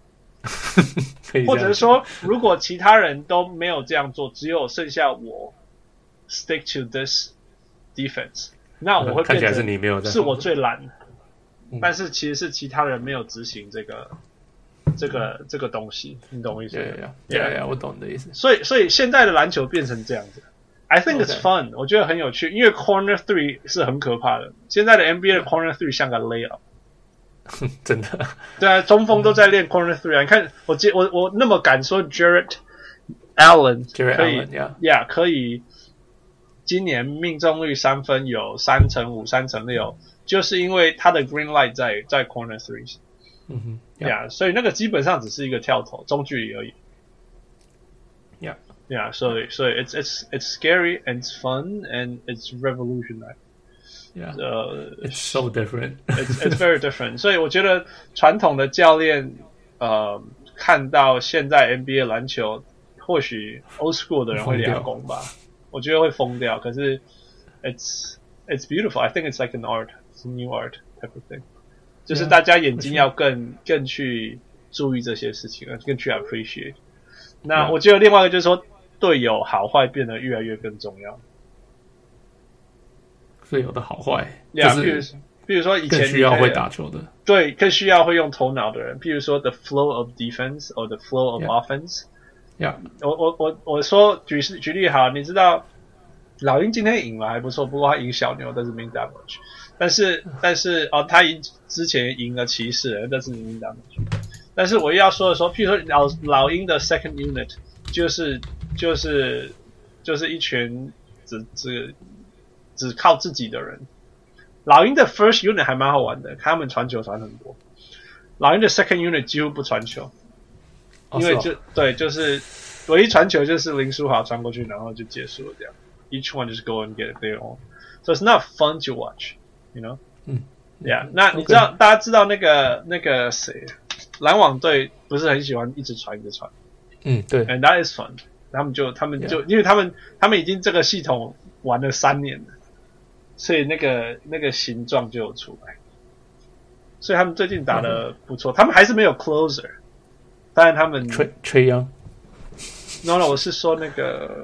[SPEAKER 2] 可以这样讲，
[SPEAKER 4] 或者是说，如果其他人都没有这样做，只有剩下我 stick to this defense，那我会
[SPEAKER 2] 呃嗯看
[SPEAKER 4] 变
[SPEAKER 2] 起来
[SPEAKER 4] 成
[SPEAKER 2] 是你没有在，
[SPEAKER 4] 是我最懒
[SPEAKER 2] 嗯，
[SPEAKER 4] 但是其实是其他人没有执行这个这个这个东西，你懂我意思
[SPEAKER 2] 呀
[SPEAKER 4] 吗？
[SPEAKER 2] 呀呀呀，我懂你的意思。 (laughs)
[SPEAKER 4] 所以所以现在的篮球变成这样子，I think it's
[SPEAKER 2] OK
[SPEAKER 4] fun，、我觉得很有趣，因为 corner three 是很可怕的。现在的 NBA 的 corner three 像个 layup，
[SPEAKER 2] 真的，
[SPEAKER 4] 对啊，中锋都在练 corner three 啊。你看我接我我那么敢说 Jarrett Allen
[SPEAKER 2] Jerry
[SPEAKER 4] 可以
[SPEAKER 2] Allen 呀，
[SPEAKER 4] 呀、可以。今年命中率三分有三成五、三成六，就是因为他的 green light 在在 corner three，
[SPEAKER 2] 嗯哼呀
[SPEAKER 4] 呀、所以那个基本上只是一个跳投中距离而已。
[SPEAKER 2] Yeah.
[SPEAKER 4] yeah, 所以所以 it's it's it's scary and it's fun and it's revolutionary.
[SPEAKER 2] 呀
[SPEAKER 4] 呃、
[SPEAKER 2] ，It's so different，
[SPEAKER 4] it's
[SPEAKER 2] (laughs)
[SPEAKER 4] it's very different. 所以我觉得传统的教练呃看到现在 NBA 篮球，或许 old school 的人会
[SPEAKER 2] 疯
[SPEAKER 4] 俩
[SPEAKER 2] 掉
[SPEAKER 4] 攻吧，我觉得会疯掉。可是 it's it's beautiful. I think it's like an art, it's a new art type of thing.
[SPEAKER 2] 啊
[SPEAKER 4] 就是大家眼睛要更更去注意这些事情，呃更去 appreciate。那
[SPEAKER 2] Yeah.
[SPEAKER 4] 我觉得另外一个就是说，队友好坏变得越来越更重要。
[SPEAKER 2] 队友的好坏，就
[SPEAKER 4] Yeah，比如
[SPEAKER 2] 是
[SPEAKER 4] 比如说以前
[SPEAKER 2] 更
[SPEAKER 4] 你
[SPEAKER 2] 需要
[SPEAKER 4] 可以
[SPEAKER 2] 会打球的。
[SPEAKER 4] 对，更需要会用头脑的人，譬如说 the flow of defense or the flow of
[SPEAKER 2] Yeah.
[SPEAKER 4] offense。
[SPEAKER 2] 呀
[SPEAKER 4] 我我我我说举是举例好，你知道老鹰今天赢了还不错，不过他赢小牛，但是 mean that much。但是但是哦，他赢之前赢了骑士，但是 mean that much。但是我要说的说，譬如说老老鹰的 second unit 就是就是就是一群只只只靠自己的人。老鹰的 first unit 还蛮好玩的，他们传球传很多。老鹰的 second unit 几乎不传球，
[SPEAKER 2] 哦
[SPEAKER 4] 因为
[SPEAKER 2] 是
[SPEAKER 4] 就
[SPEAKER 2] 哦
[SPEAKER 4] 对，就是唯一传球就是林书豪传过去，然后就结束了这样。Each one just go and get their own, so it's not fun to watch, you know.
[SPEAKER 2] 嗯
[SPEAKER 4] Yeah，那你
[SPEAKER 2] OK
[SPEAKER 4] 知道大家知道那个那个谁，篮网队不是很喜欢一直传一直传
[SPEAKER 2] 嗯，对，
[SPEAKER 4] ，and that is fun. 他们就他们就因为他们他们已经这个系统玩了三年了，所以那个那个形状就有出来。所以他们最近打
[SPEAKER 2] 嗯
[SPEAKER 4] 的不错，他们还是没有 closer，当然他们
[SPEAKER 2] 吹吹秧，
[SPEAKER 4] No no，我是说那个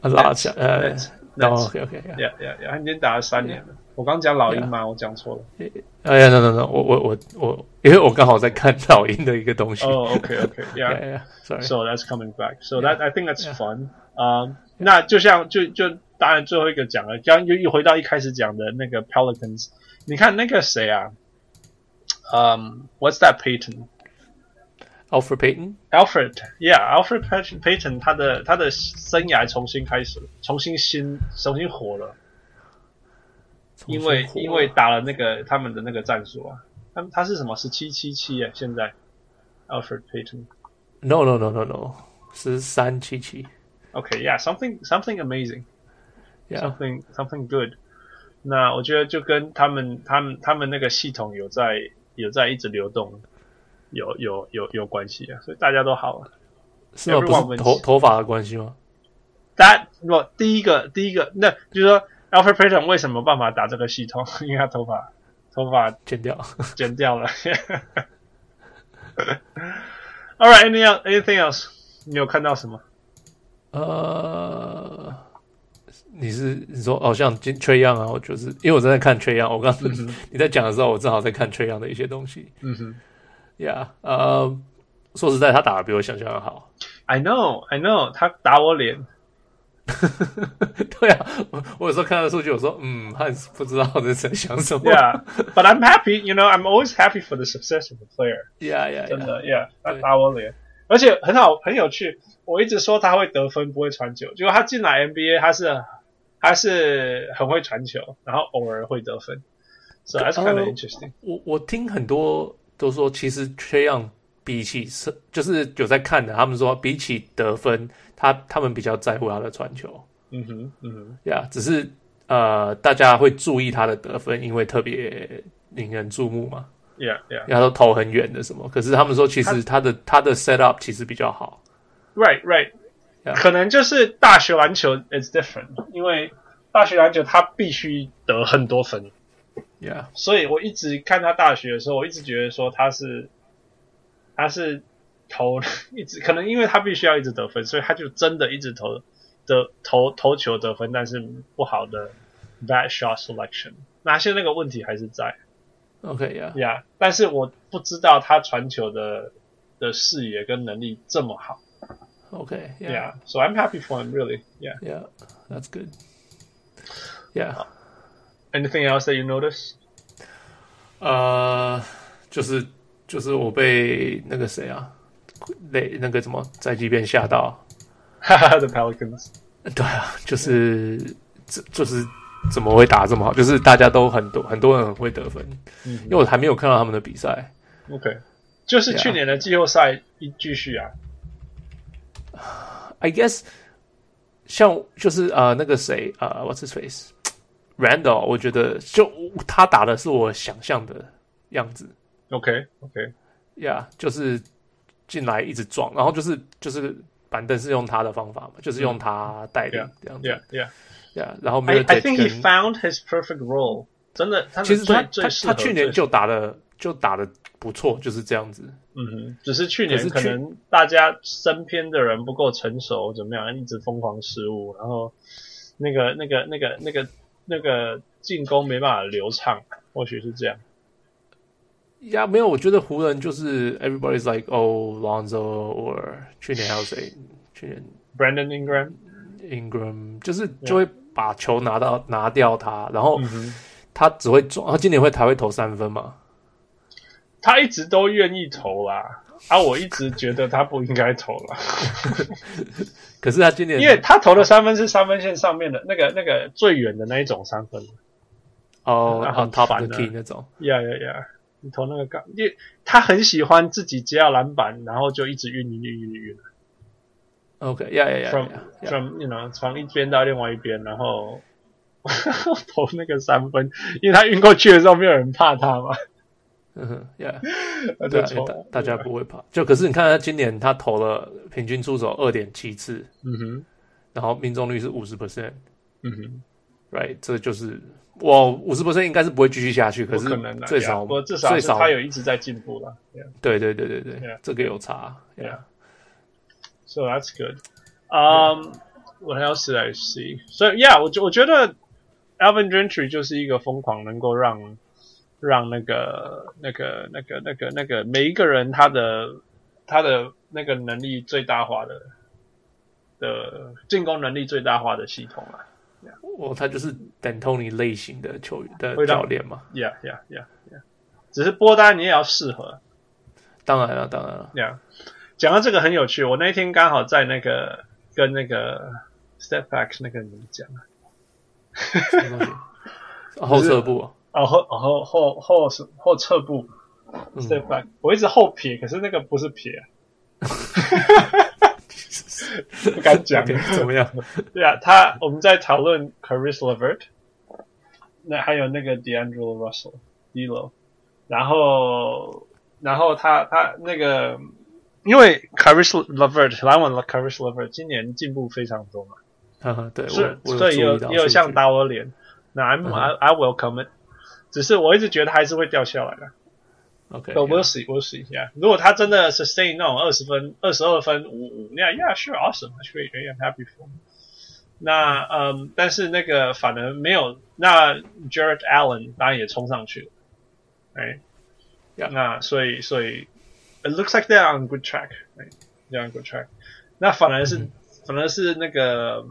[SPEAKER 2] 啊拉起来，呃啊
[SPEAKER 4] Nets，
[SPEAKER 2] 然后
[SPEAKER 4] Nets
[SPEAKER 2] OK OK，呀
[SPEAKER 4] 呀呀呀，他已经打了三年了。我刚讲老鹰嘛，我讲错了。
[SPEAKER 2] 哎呀，no no no，我我我我，因为我刚好在看老鹰的一个东西。 (laughs)
[SPEAKER 4] 哦，OK OK，
[SPEAKER 2] 呀
[SPEAKER 4] yeah，
[SPEAKER 2] 呀，sorry，
[SPEAKER 4] so that's coming back. So
[SPEAKER 2] Yeah.
[SPEAKER 4] that I think that's
[SPEAKER 2] Yeah.
[SPEAKER 4] fun. 啊、那就像就就当然最后一个讲了，刚又又回到一开始讲的那个 Pelicans，你看那个谁啊，嗯、w h a t s that Payton
[SPEAKER 2] ，Alfred Payton，
[SPEAKER 4] Alfred？Yeah，Alfred Payton Payton 他的他的生涯重新开始，重新新重新火了。
[SPEAKER 2] 重
[SPEAKER 4] 因
[SPEAKER 2] 新
[SPEAKER 4] 为
[SPEAKER 2] 火
[SPEAKER 4] 因为打了那个他们的那个战术啊，他们他是什么十七七七耶？现在 Alfred Payton。
[SPEAKER 2] no no no no no，十三七七
[SPEAKER 4] OK, yeah, something something amazing,
[SPEAKER 2] 呀
[SPEAKER 4] something something good. 那我觉得就跟他们他们他们那个系统有在有在一直流动，有有有有关系啊，所以大家都好啊。
[SPEAKER 2] 是吗？
[SPEAKER 4] everyone
[SPEAKER 2] 不
[SPEAKER 4] wins
[SPEAKER 2] 是头头发的关系吗？
[SPEAKER 4] That 若第一个第一个，那就是说 Alfred Payton 为什么办法打这个系统？因为他头发头发
[SPEAKER 2] 剪掉。
[SPEAKER 4] 剪掉了。All right, anything else? Anything else? 你有看到什么？
[SPEAKER 2] 呃，你是你说哦，像今缺样啊，我就是因为我正在看缺样，我刚、嗯
[SPEAKER 4] (laughs)
[SPEAKER 2] 你在讲的时候，我正好在看缺样的一些东西。
[SPEAKER 4] 嗯哼，
[SPEAKER 2] Yeah，呃，说实在，他打的比我想象的好。 (laughs)
[SPEAKER 4] I know, I know，他打我脸，
[SPEAKER 2] 对啊，我我有时候看到数据，我说嗯，汉斯不知道在想什么。
[SPEAKER 4] yeah. But I'm happy, you know, I'm always happy for the success of the player.
[SPEAKER 2] yeah, yeah,
[SPEAKER 4] 真
[SPEAKER 2] yeah.
[SPEAKER 4] 的，Yeah，他
[SPEAKER 2] 对
[SPEAKER 4] 打我脸，而且很好，很有趣。我一直说他会得分，不会传球，结果他进来 NBA，他是他是很会传球，然后偶尔会得分。So that's kind of
[SPEAKER 2] 哦
[SPEAKER 4] interesting.
[SPEAKER 2] 我我听很多都说，其实缺样比起是就是有在看的，他们说比起得分，他他们比较在乎他的传球
[SPEAKER 4] 嗯哼，嗯哼，
[SPEAKER 2] 呀，yeah, 只是呃大家会注意他的得分，因为特别引人注目嘛，
[SPEAKER 4] Yeah, yeah.
[SPEAKER 2] 然后投很远的什么。可是他们说，其实他的他的 set up 其实比较好。
[SPEAKER 4] Right, right.
[SPEAKER 2] Yeah.
[SPEAKER 4] 可能就是大学篮球 is different，因为大学篮球他必须得很多分，
[SPEAKER 2] Yeah，
[SPEAKER 4] 所以我一直看他大学的时候，我一直觉得说他是他是投一直可能因为他必须要一直得分，所以他就真的一直投的投投球得分，但是不好的 bad shot selection。那现在那个问题还是在
[SPEAKER 2] OK，Yeah，
[SPEAKER 4] 呀但是我不知道他传球的的视野跟能力这么好
[SPEAKER 2] OK，Yeah，Yeah，That's
[SPEAKER 4] ，Yeah，so I'm happy for him really yeah。
[SPEAKER 2] good。Yeah，
[SPEAKER 4] Anything else that you notice？
[SPEAKER 2] 呃，就是就是我被那个谁啊，那那个什么宅急便吓到。
[SPEAKER 4] 哈哈，The Pelicans。
[SPEAKER 2] (laughs) 对啊，就是这就是怎么会打这么好？就是大家都很多很多人很会得分，
[SPEAKER 4] 嗯
[SPEAKER 2] 因为我还没有看到他们的比赛。
[SPEAKER 4] OK，就是去
[SPEAKER 2] Yeah
[SPEAKER 4] 年的季后赛一继续啊。
[SPEAKER 2] I guess 像就是呃那个谁呃 What's his face，Randall，我觉得就他打的是我想象的样子
[SPEAKER 4] OK OK。
[SPEAKER 2] 呀就是进来一直撞，然后就是就是板凳是用他的方法嘛，就是用他带领
[SPEAKER 4] 嗯 Yeah，
[SPEAKER 2] 这样子
[SPEAKER 4] Yeah, yeah.
[SPEAKER 2] 呀然后没有
[SPEAKER 4] I, I think he
[SPEAKER 2] 跟
[SPEAKER 4] found his perfect role. 真的，他
[SPEAKER 2] 其实他
[SPEAKER 4] 最
[SPEAKER 2] 他
[SPEAKER 4] 最适
[SPEAKER 2] 他
[SPEAKER 4] 合
[SPEAKER 2] 去年
[SPEAKER 4] 最
[SPEAKER 2] 就打的就打的不错，就是这样子。
[SPEAKER 4] 嗯哼，只是去
[SPEAKER 2] 可
[SPEAKER 4] 年
[SPEAKER 2] 是
[SPEAKER 4] 可
[SPEAKER 2] 去
[SPEAKER 4] 能大家身边的人不够成熟，怎么样，一直疯狂失误，然后那个那个那个那个那个进攻没办法流畅，或许是这样。
[SPEAKER 2] 呀，没有，我觉得湖人就是 everybody's like oh Lonzo or 去年还有谁，去年
[SPEAKER 4] Brandon Ingram，
[SPEAKER 2] Ingram 就是就会把球拿到拿掉他，
[SPEAKER 4] 嗯
[SPEAKER 2] 然后他只会中，他今年会还会投三分嘛？
[SPEAKER 4] 他一直都愿意投啦，啊，我一直觉得他不应该投啦。
[SPEAKER 2] 可是他今年
[SPEAKER 4] 因为他投的三分是三分线上面的那个那个最远的那一种三分。
[SPEAKER 2] 哦
[SPEAKER 4] 他
[SPEAKER 2] 哦
[SPEAKER 4] 很
[SPEAKER 2] top of
[SPEAKER 4] 烦
[SPEAKER 2] the
[SPEAKER 4] 啊
[SPEAKER 2] key 那种，
[SPEAKER 4] 呀呀呀！你投那个杠，因为他很喜欢自己接到篮板，然后就一直运运运运运
[SPEAKER 2] OK，呀呀呀
[SPEAKER 4] ，from
[SPEAKER 2] 呀呀
[SPEAKER 4] from you know 从一边到另外一边，然后 (laughs) 投那个三分，因为他运过去的时候没有人怕他嘛，
[SPEAKER 2] 嗯哼呀，
[SPEAKER 4] 他
[SPEAKER 2] 对
[SPEAKER 4] (laughs) 就
[SPEAKER 2] 啊，因为
[SPEAKER 4] 投
[SPEAKER 2] 大大家不会怕。就可是你看他今年他投了平均出手二点七次，
[SPEAKER 4] 嗯哼
[SPEAKER 2] 然后命中率是五十 percent。
[SPEAKER 4] 嗯哼，
[SPEAKER 2] Right，这就是我五十 percent 应该是不会继续下去，可
[SPEAKER 4] 不
[SPEAKER 2] 是
[SPEAKER 4] 可能的，
[SPEAKER 2] 最
[SPEAKER 4] yeah，
[SPEAKER 2] 少
[SPEAKER 4] 不过至少
[SPEAKER 2] 最
[SPEAKER 4] 是
[SPEAKER 2] 少
[SPEAKER 4] 他有一直在进步了，yeah。
[SPEAKER 2] 对对对对对
[SPEAKER 4] Yeah.
[SPEAKER 2] 这个有差。
[SPEAKER 4] Yeah. So that's good. Um, what else did I see? So yeah，我觉我觉得 Alvin Gentry 就是一个疯狂能够让让那个那个那个那个那个每一个人他的他的那个能力最大化的的进攻能力最大化的系统啊。
[SPEAKER 2] 哦，他就是等 Tony 类型的球员的
[SPEAKER 4] 会让
[SPEAKER 2] 教练嘛。
[SPEAKER 4] Yeah, yeah, yeah, yeah. 只是波单你也要适合，
[SPEAKER 2] 当然了，当然啊了。
[SPEAKER 4] Yeah，讲到这个很有趣，我那一天刚好在那个跟那个 Step Back 那个人讲，
[SPEAKER 2] 什么东
[SPEAKER 4] (laughs)
[SPEAKER 2] 西后撤步啊，
[SPEAKER 4] 哦后后后后后侧步
[SPEAKER 2] 嗯
[SPEAKER 4] Step Back，、我一直后撇，可是那个不是撇、啊
[SPEAKER 2] (laughs)
[SPEAKER 4] 不敢
[SPEAKER 2] (laughs)
[SPEAKER 4] 讲。
[SPEAKER 2] OK，怎么样？
[SPEAKER 4] 对啊，他我们在讨论 Caris Levert，那还有那个 D'Angelo Russell d l o 然后然后他他那个，因为 Caris Levert 篮网的 Caris Levert 今年进步非常多嘛，
[SPEAKER 2] 哈哈，对，
[SPEAKER 4] 是
[SPEAKER 2] 我，我
[SPEAKER 4] 所以
[SPEAKER 2] 注
[SPEAKER 4] 有
[SPEAKER 2] 意到嗯
[SPEAKER 4] 也有
[SPEAKER 2] 数
[SPEAKER 4] 像
[SPEAKER 2] 据
[SPEAKER 4] 打我脸，那 I'm、I I welcome it，只是我一直觉得他还是会掉下来的。啊
[SPEAKER 2] OK，
[SPEAKER 4] But we'll
[SPEAKER 2] yeah，
[SPEAKER 4] see, we'll see. Yeah，如果他真的 sustain 那种二十分、二十二分、五五，那 yeah, sure, awesome, that's great, I'm happy for. him. 那嗯，但是那个反而没有，那 Jared Allen 当然也冲上去了，哎、
[SPEAKER 2] Yeah.
[SPEAKER 4] 那所以所以 it looks like they're on good track. Right? They're on good track. 那反而是、反而是那个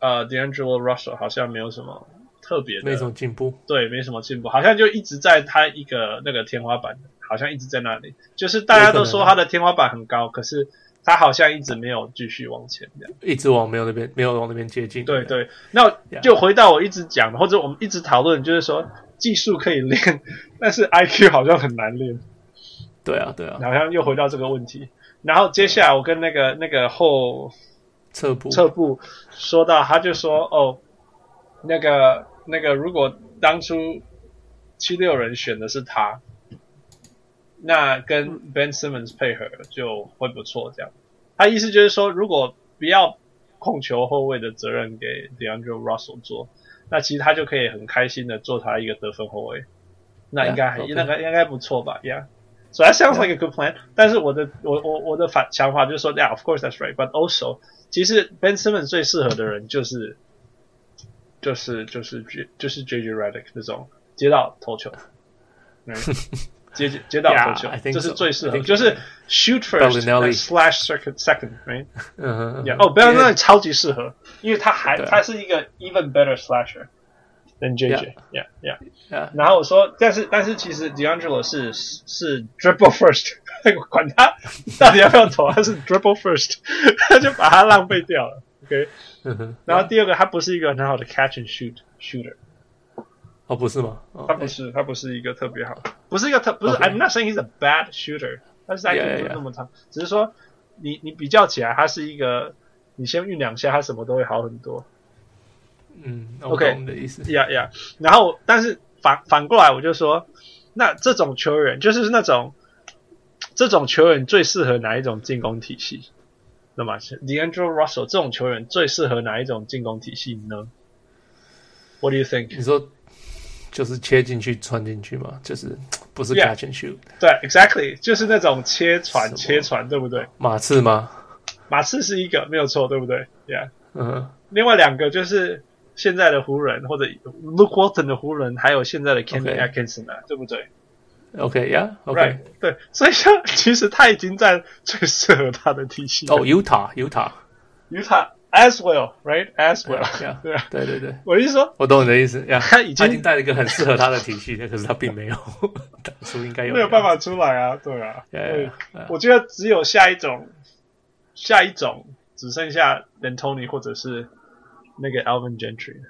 [SPEAKER 4] 呃 D'Angelo Russell 好像没有什么特别的
[SPEAKER 2] 没什么进步。
[SPEAKER 4] 对，没什么进步，好像就一直在他一个那个天花板，好像一直在那里。就是大家都说他的天花板很高，可是他好像一直没有继续往前这样。
[SPEAKER 2] 一直往没有那边没有往那边接近。
[SPEAKER 4] 对，对，那就回到我一直讲，或者我们一直讨论，就是说技术可以练， (laughs) 但是 IQ 好像很难练，
[SPEAKER 2] 对啊，对啊，
[SPEAKER 4] 好像又回到这个问题。然后接下来我跟那个那个后
[SPEAKER 2] 侧步
[SPEAKER 4] 侧部说到，他就说哦，那个那个，如果当初七六人选的是他，那跟 Ben Simmons 配合就会不错。这样，他意思就是说，如果不要控球后卫的责任给 DeAndre Russell 做，那其实他就可以很开心的做他一个得分后卫。那应该还
[SPEAKER 2] Yeah，OK
[SPEAKER 4] 那个应该不错吧？Yeah。So that sounds like a good plan. 但是我的我我我的反想法就是说，Yeah, of course that's right. But also，其实 Ben Simmons 最适合的人就是就是就是就是 JJ Redick 这种接到投球，嗯接接到投球
[SPEAKER 2] (laughs) Yeah, I think
[SPEAKER 4] 这是
[SPEAKER 2] so.
[SPEAKER 4] 最适合
[SPEAKER 2] I think
[SPEAKER 4] 就是 shoot first
[SPEAKER 2] Bellinelli
[SPEAKER 4] and slash second second，right？
[SPEAKER 2] (laughs) 嗯哼嗯哼
[SPEAKER 4] 哦 b e l l i n e l
[SPEAKER 2] 因
[SPEAKER 4] l
[SPEAKER 2] 为
[SPEAKER 4] i 超级适合，因为他还
[SPEAKER 2] 对啊
[SPEAKER 4] 他是一个 even better slasher than JJ，yeah
[SPEAKER 2] Yeah.
[SPEAKER 4] yeah。
[SPEAKER 2] Yeah
[SPEAKER 4] 然后我说，但是但是其实 D'Angelo 是是 dribble first，管 (laughs) 他到底要不要投，他是 dribble first，他就把他浪费掉了。OK，
[SPEAKER 2] 嗯哼，
[SPEAKER 4] 然后第二个，他不是一个很好的 catch and shoot shooter，
[SPEAKER 2] 哦不是吗？哦
[SPEAKER 4] 他不是他不是一个特别好，不是一个特不是
[SPEAKER 2] OK
[SPEAKER 4] I'm not saying he's a bad shooter，但是
[SPEAKER 2] Yeah,
[SPEAKER 4] 他
[SPEAKER 2] yeah,
[SPEAKER 4] 不
[SPEAKER 2] yeah.
[SPEAKER 4] 是那么差，只是说你你比较起来，他是一个你先酝酿一下，他什么都会好很多。
[SPEAKER 2] 嗯，我
[SPEAKER 4] OK
[SPEAKER 2] 懂你的意思。
[SPEAKER 4] 呀呀，然后但是反反过来我就说，那这种球员就是那种这种球员最适合哪一种进攻体系？那么 D'Angelo Russell 这种球员最适合哪一种进攻体系呢？What do you think？
[SPEAKER 2] 你说就是切进去穿进去嘛，就是不是
[SPEAKER 4] Yeah
[SPEAKER 2] catch and shoot
[SPEAKER 4] 对，exactly，就是那种切传
[SPEAKER 2] 什么
[SPEAKER 4] 切传，对不对？
[SPEAKER 2] 马刺吗？
[SPEAKER 4] 马刺是一个没有错，对不对？Yeah，
[SPEAKER 2] 嗯哼，
[SPEAKER 4] 另外两个就是现在的湖人或者 Luke Walton 的湖人，还有现在的 Kenny
[SPEAKER 2] OK
[SPEAKER 4] Atkinson 啊，对不对？
[SPEAKER 2] OK 呀
[SPEAKER 4] Right，
[SPEAKER 2] OK
[SPEAKER 4] 对，所以像其实他已经在最适合他的体系了
[SPEAKER 2] 哦 Utah Utah
[SPEAKER 4] ，Utah as well，right as well，(laughs)
[SPEAKER 2] Yeah，
[SPEAKER 4] 对啊，
[SPEAKER 2] 对对对，
[SPEAKER 4] 我是说
[SPEAKER 2] 我懂你的意思呀。
[SPEAKER 4] 他已经
[SPEAKER 2] 他已经带了一个很适合他的体系，可是他并没有 (laughs) 当初应该有
[SPEAKER 4] 没有办法出来啊，对啊，
[SPEAKER 2] Yeah,
[SPEAKER 4] 对
[SPEAKER 2] yeah, yeah.
[SPEAKER 4] 我觉得只有下一种，下一种只剩下 D'Antoni 或者是那个 Alvin Gentry 了。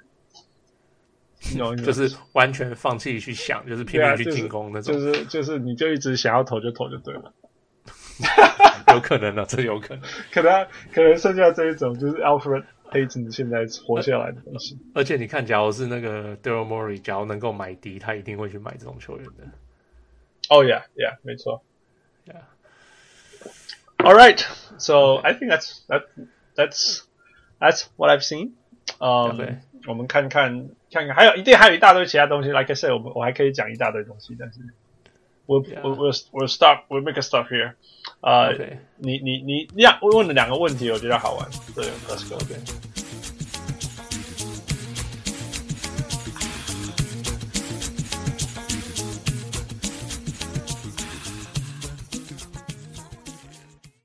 [SPEAKER 4] 有，
[SPEAKER 2] 那样，呃 (laughs) 就是完全放弃去想，就是拼
[SPEAKER 4] 对啊，就
[SPEAKER 2] 命去
[SPEAKER 4] 是
[SPEAKER 2] 进攻那种
[SPEAKER 4] 就，是就是你就一直想要投就投就对了。
[SPEAKER 2] 有可能的，啊这有可能。
[SPEAKER 4] 可能可能剩下这一种就是 Alfred Payton 现在活下来的东西。
[SPEAKER 2] 而且你看，假如是那个 Daryl Morey，假如能够买低，他一定会去买这种球员的。
[SPEAKER 4] Oh yeah, yeah，没错。
[SPEAKER 2] Yeah.
[SPEAKER 4] All right, so I think that's that that's that's what I've seen. 嗯、
[SPEAKER 2] Okay.
[SPEAKER 4] 我们看看看看，还有一定还有一大堆其他东西。Like I said，我们我还可以讲一大堆东西，但是我我
[SPEAKER 2] Yeah.
[SPEAKER 4] 我 we'll stop we'll make a stop here. 呃、
[SPEAKER 2] OK，
[SPEAKER 4] 你你你你两问了两个问题，我觉得好玩。对，Let's go.
[SPEAKER 2] 对